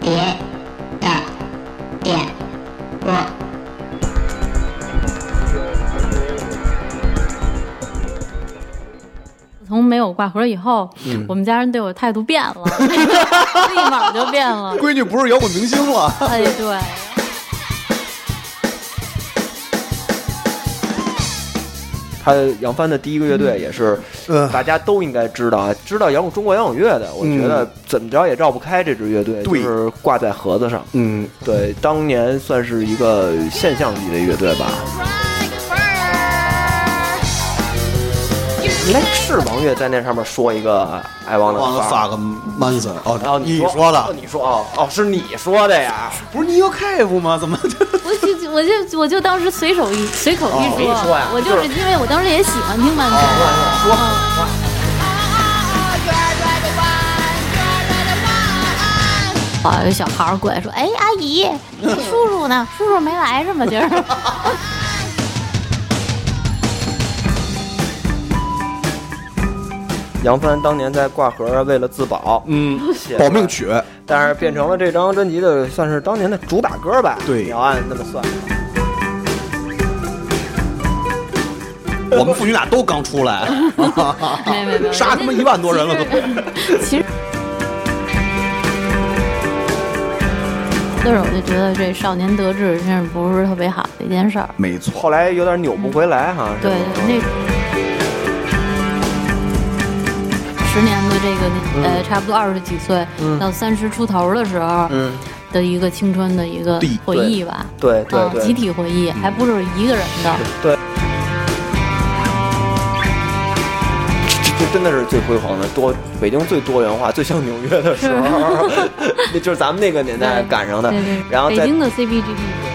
别的点播。从没有挂盒以后，我们家人对我态度变了，立马就变了。 闺女不是摇滚明星了。哎，对，他杨帆的第一个乐队也是嗯，大家都应该知道啊，知道摇滚中国摇滚乐的，我觉得怎么着也绕不开这支乐队，就对是挂在盒子上。嗯，对，当年算是一个现象级的乐队吧。应该是王悦在那上面说一个啊爱忘忘了了发。发个 Manson 哦哦，，你说哦的，你说哦哦，是你说的呀？不是你有 K F 吗？怎么就我就我就我就当时随手一随口一哦一说呀我就是因为我当时也喜欢听慢歌。嗯说啊，有小孩儿过来说：“哎，阿姨，叔叔呢？叔叔没来是吗？今儿杨帆当年在挂盒为了自保，嗯写保命曲？但是变成了这张专辑的算是当年的主打歌吧。对你要按那么算，我们父女俩都刚出 来，没没没，啊杀他妈一万多人了都。其实其实，就是我就觉得这少年得志真是不是特别好的一件事儿。没后错，来有点扭不回来哈。是对吧对，那十年的这个呃，差不多二十几岁到三十出头的时候嗯，的一个青春的一个对回忆吧。对对啊，对，集体回忆，还不是一个人的。对。这真的是最辉煌的，多北京最多元化、最 像 纽约的时候，那就是咱们那个年代赶上的对对。然后北在京的 CBGB，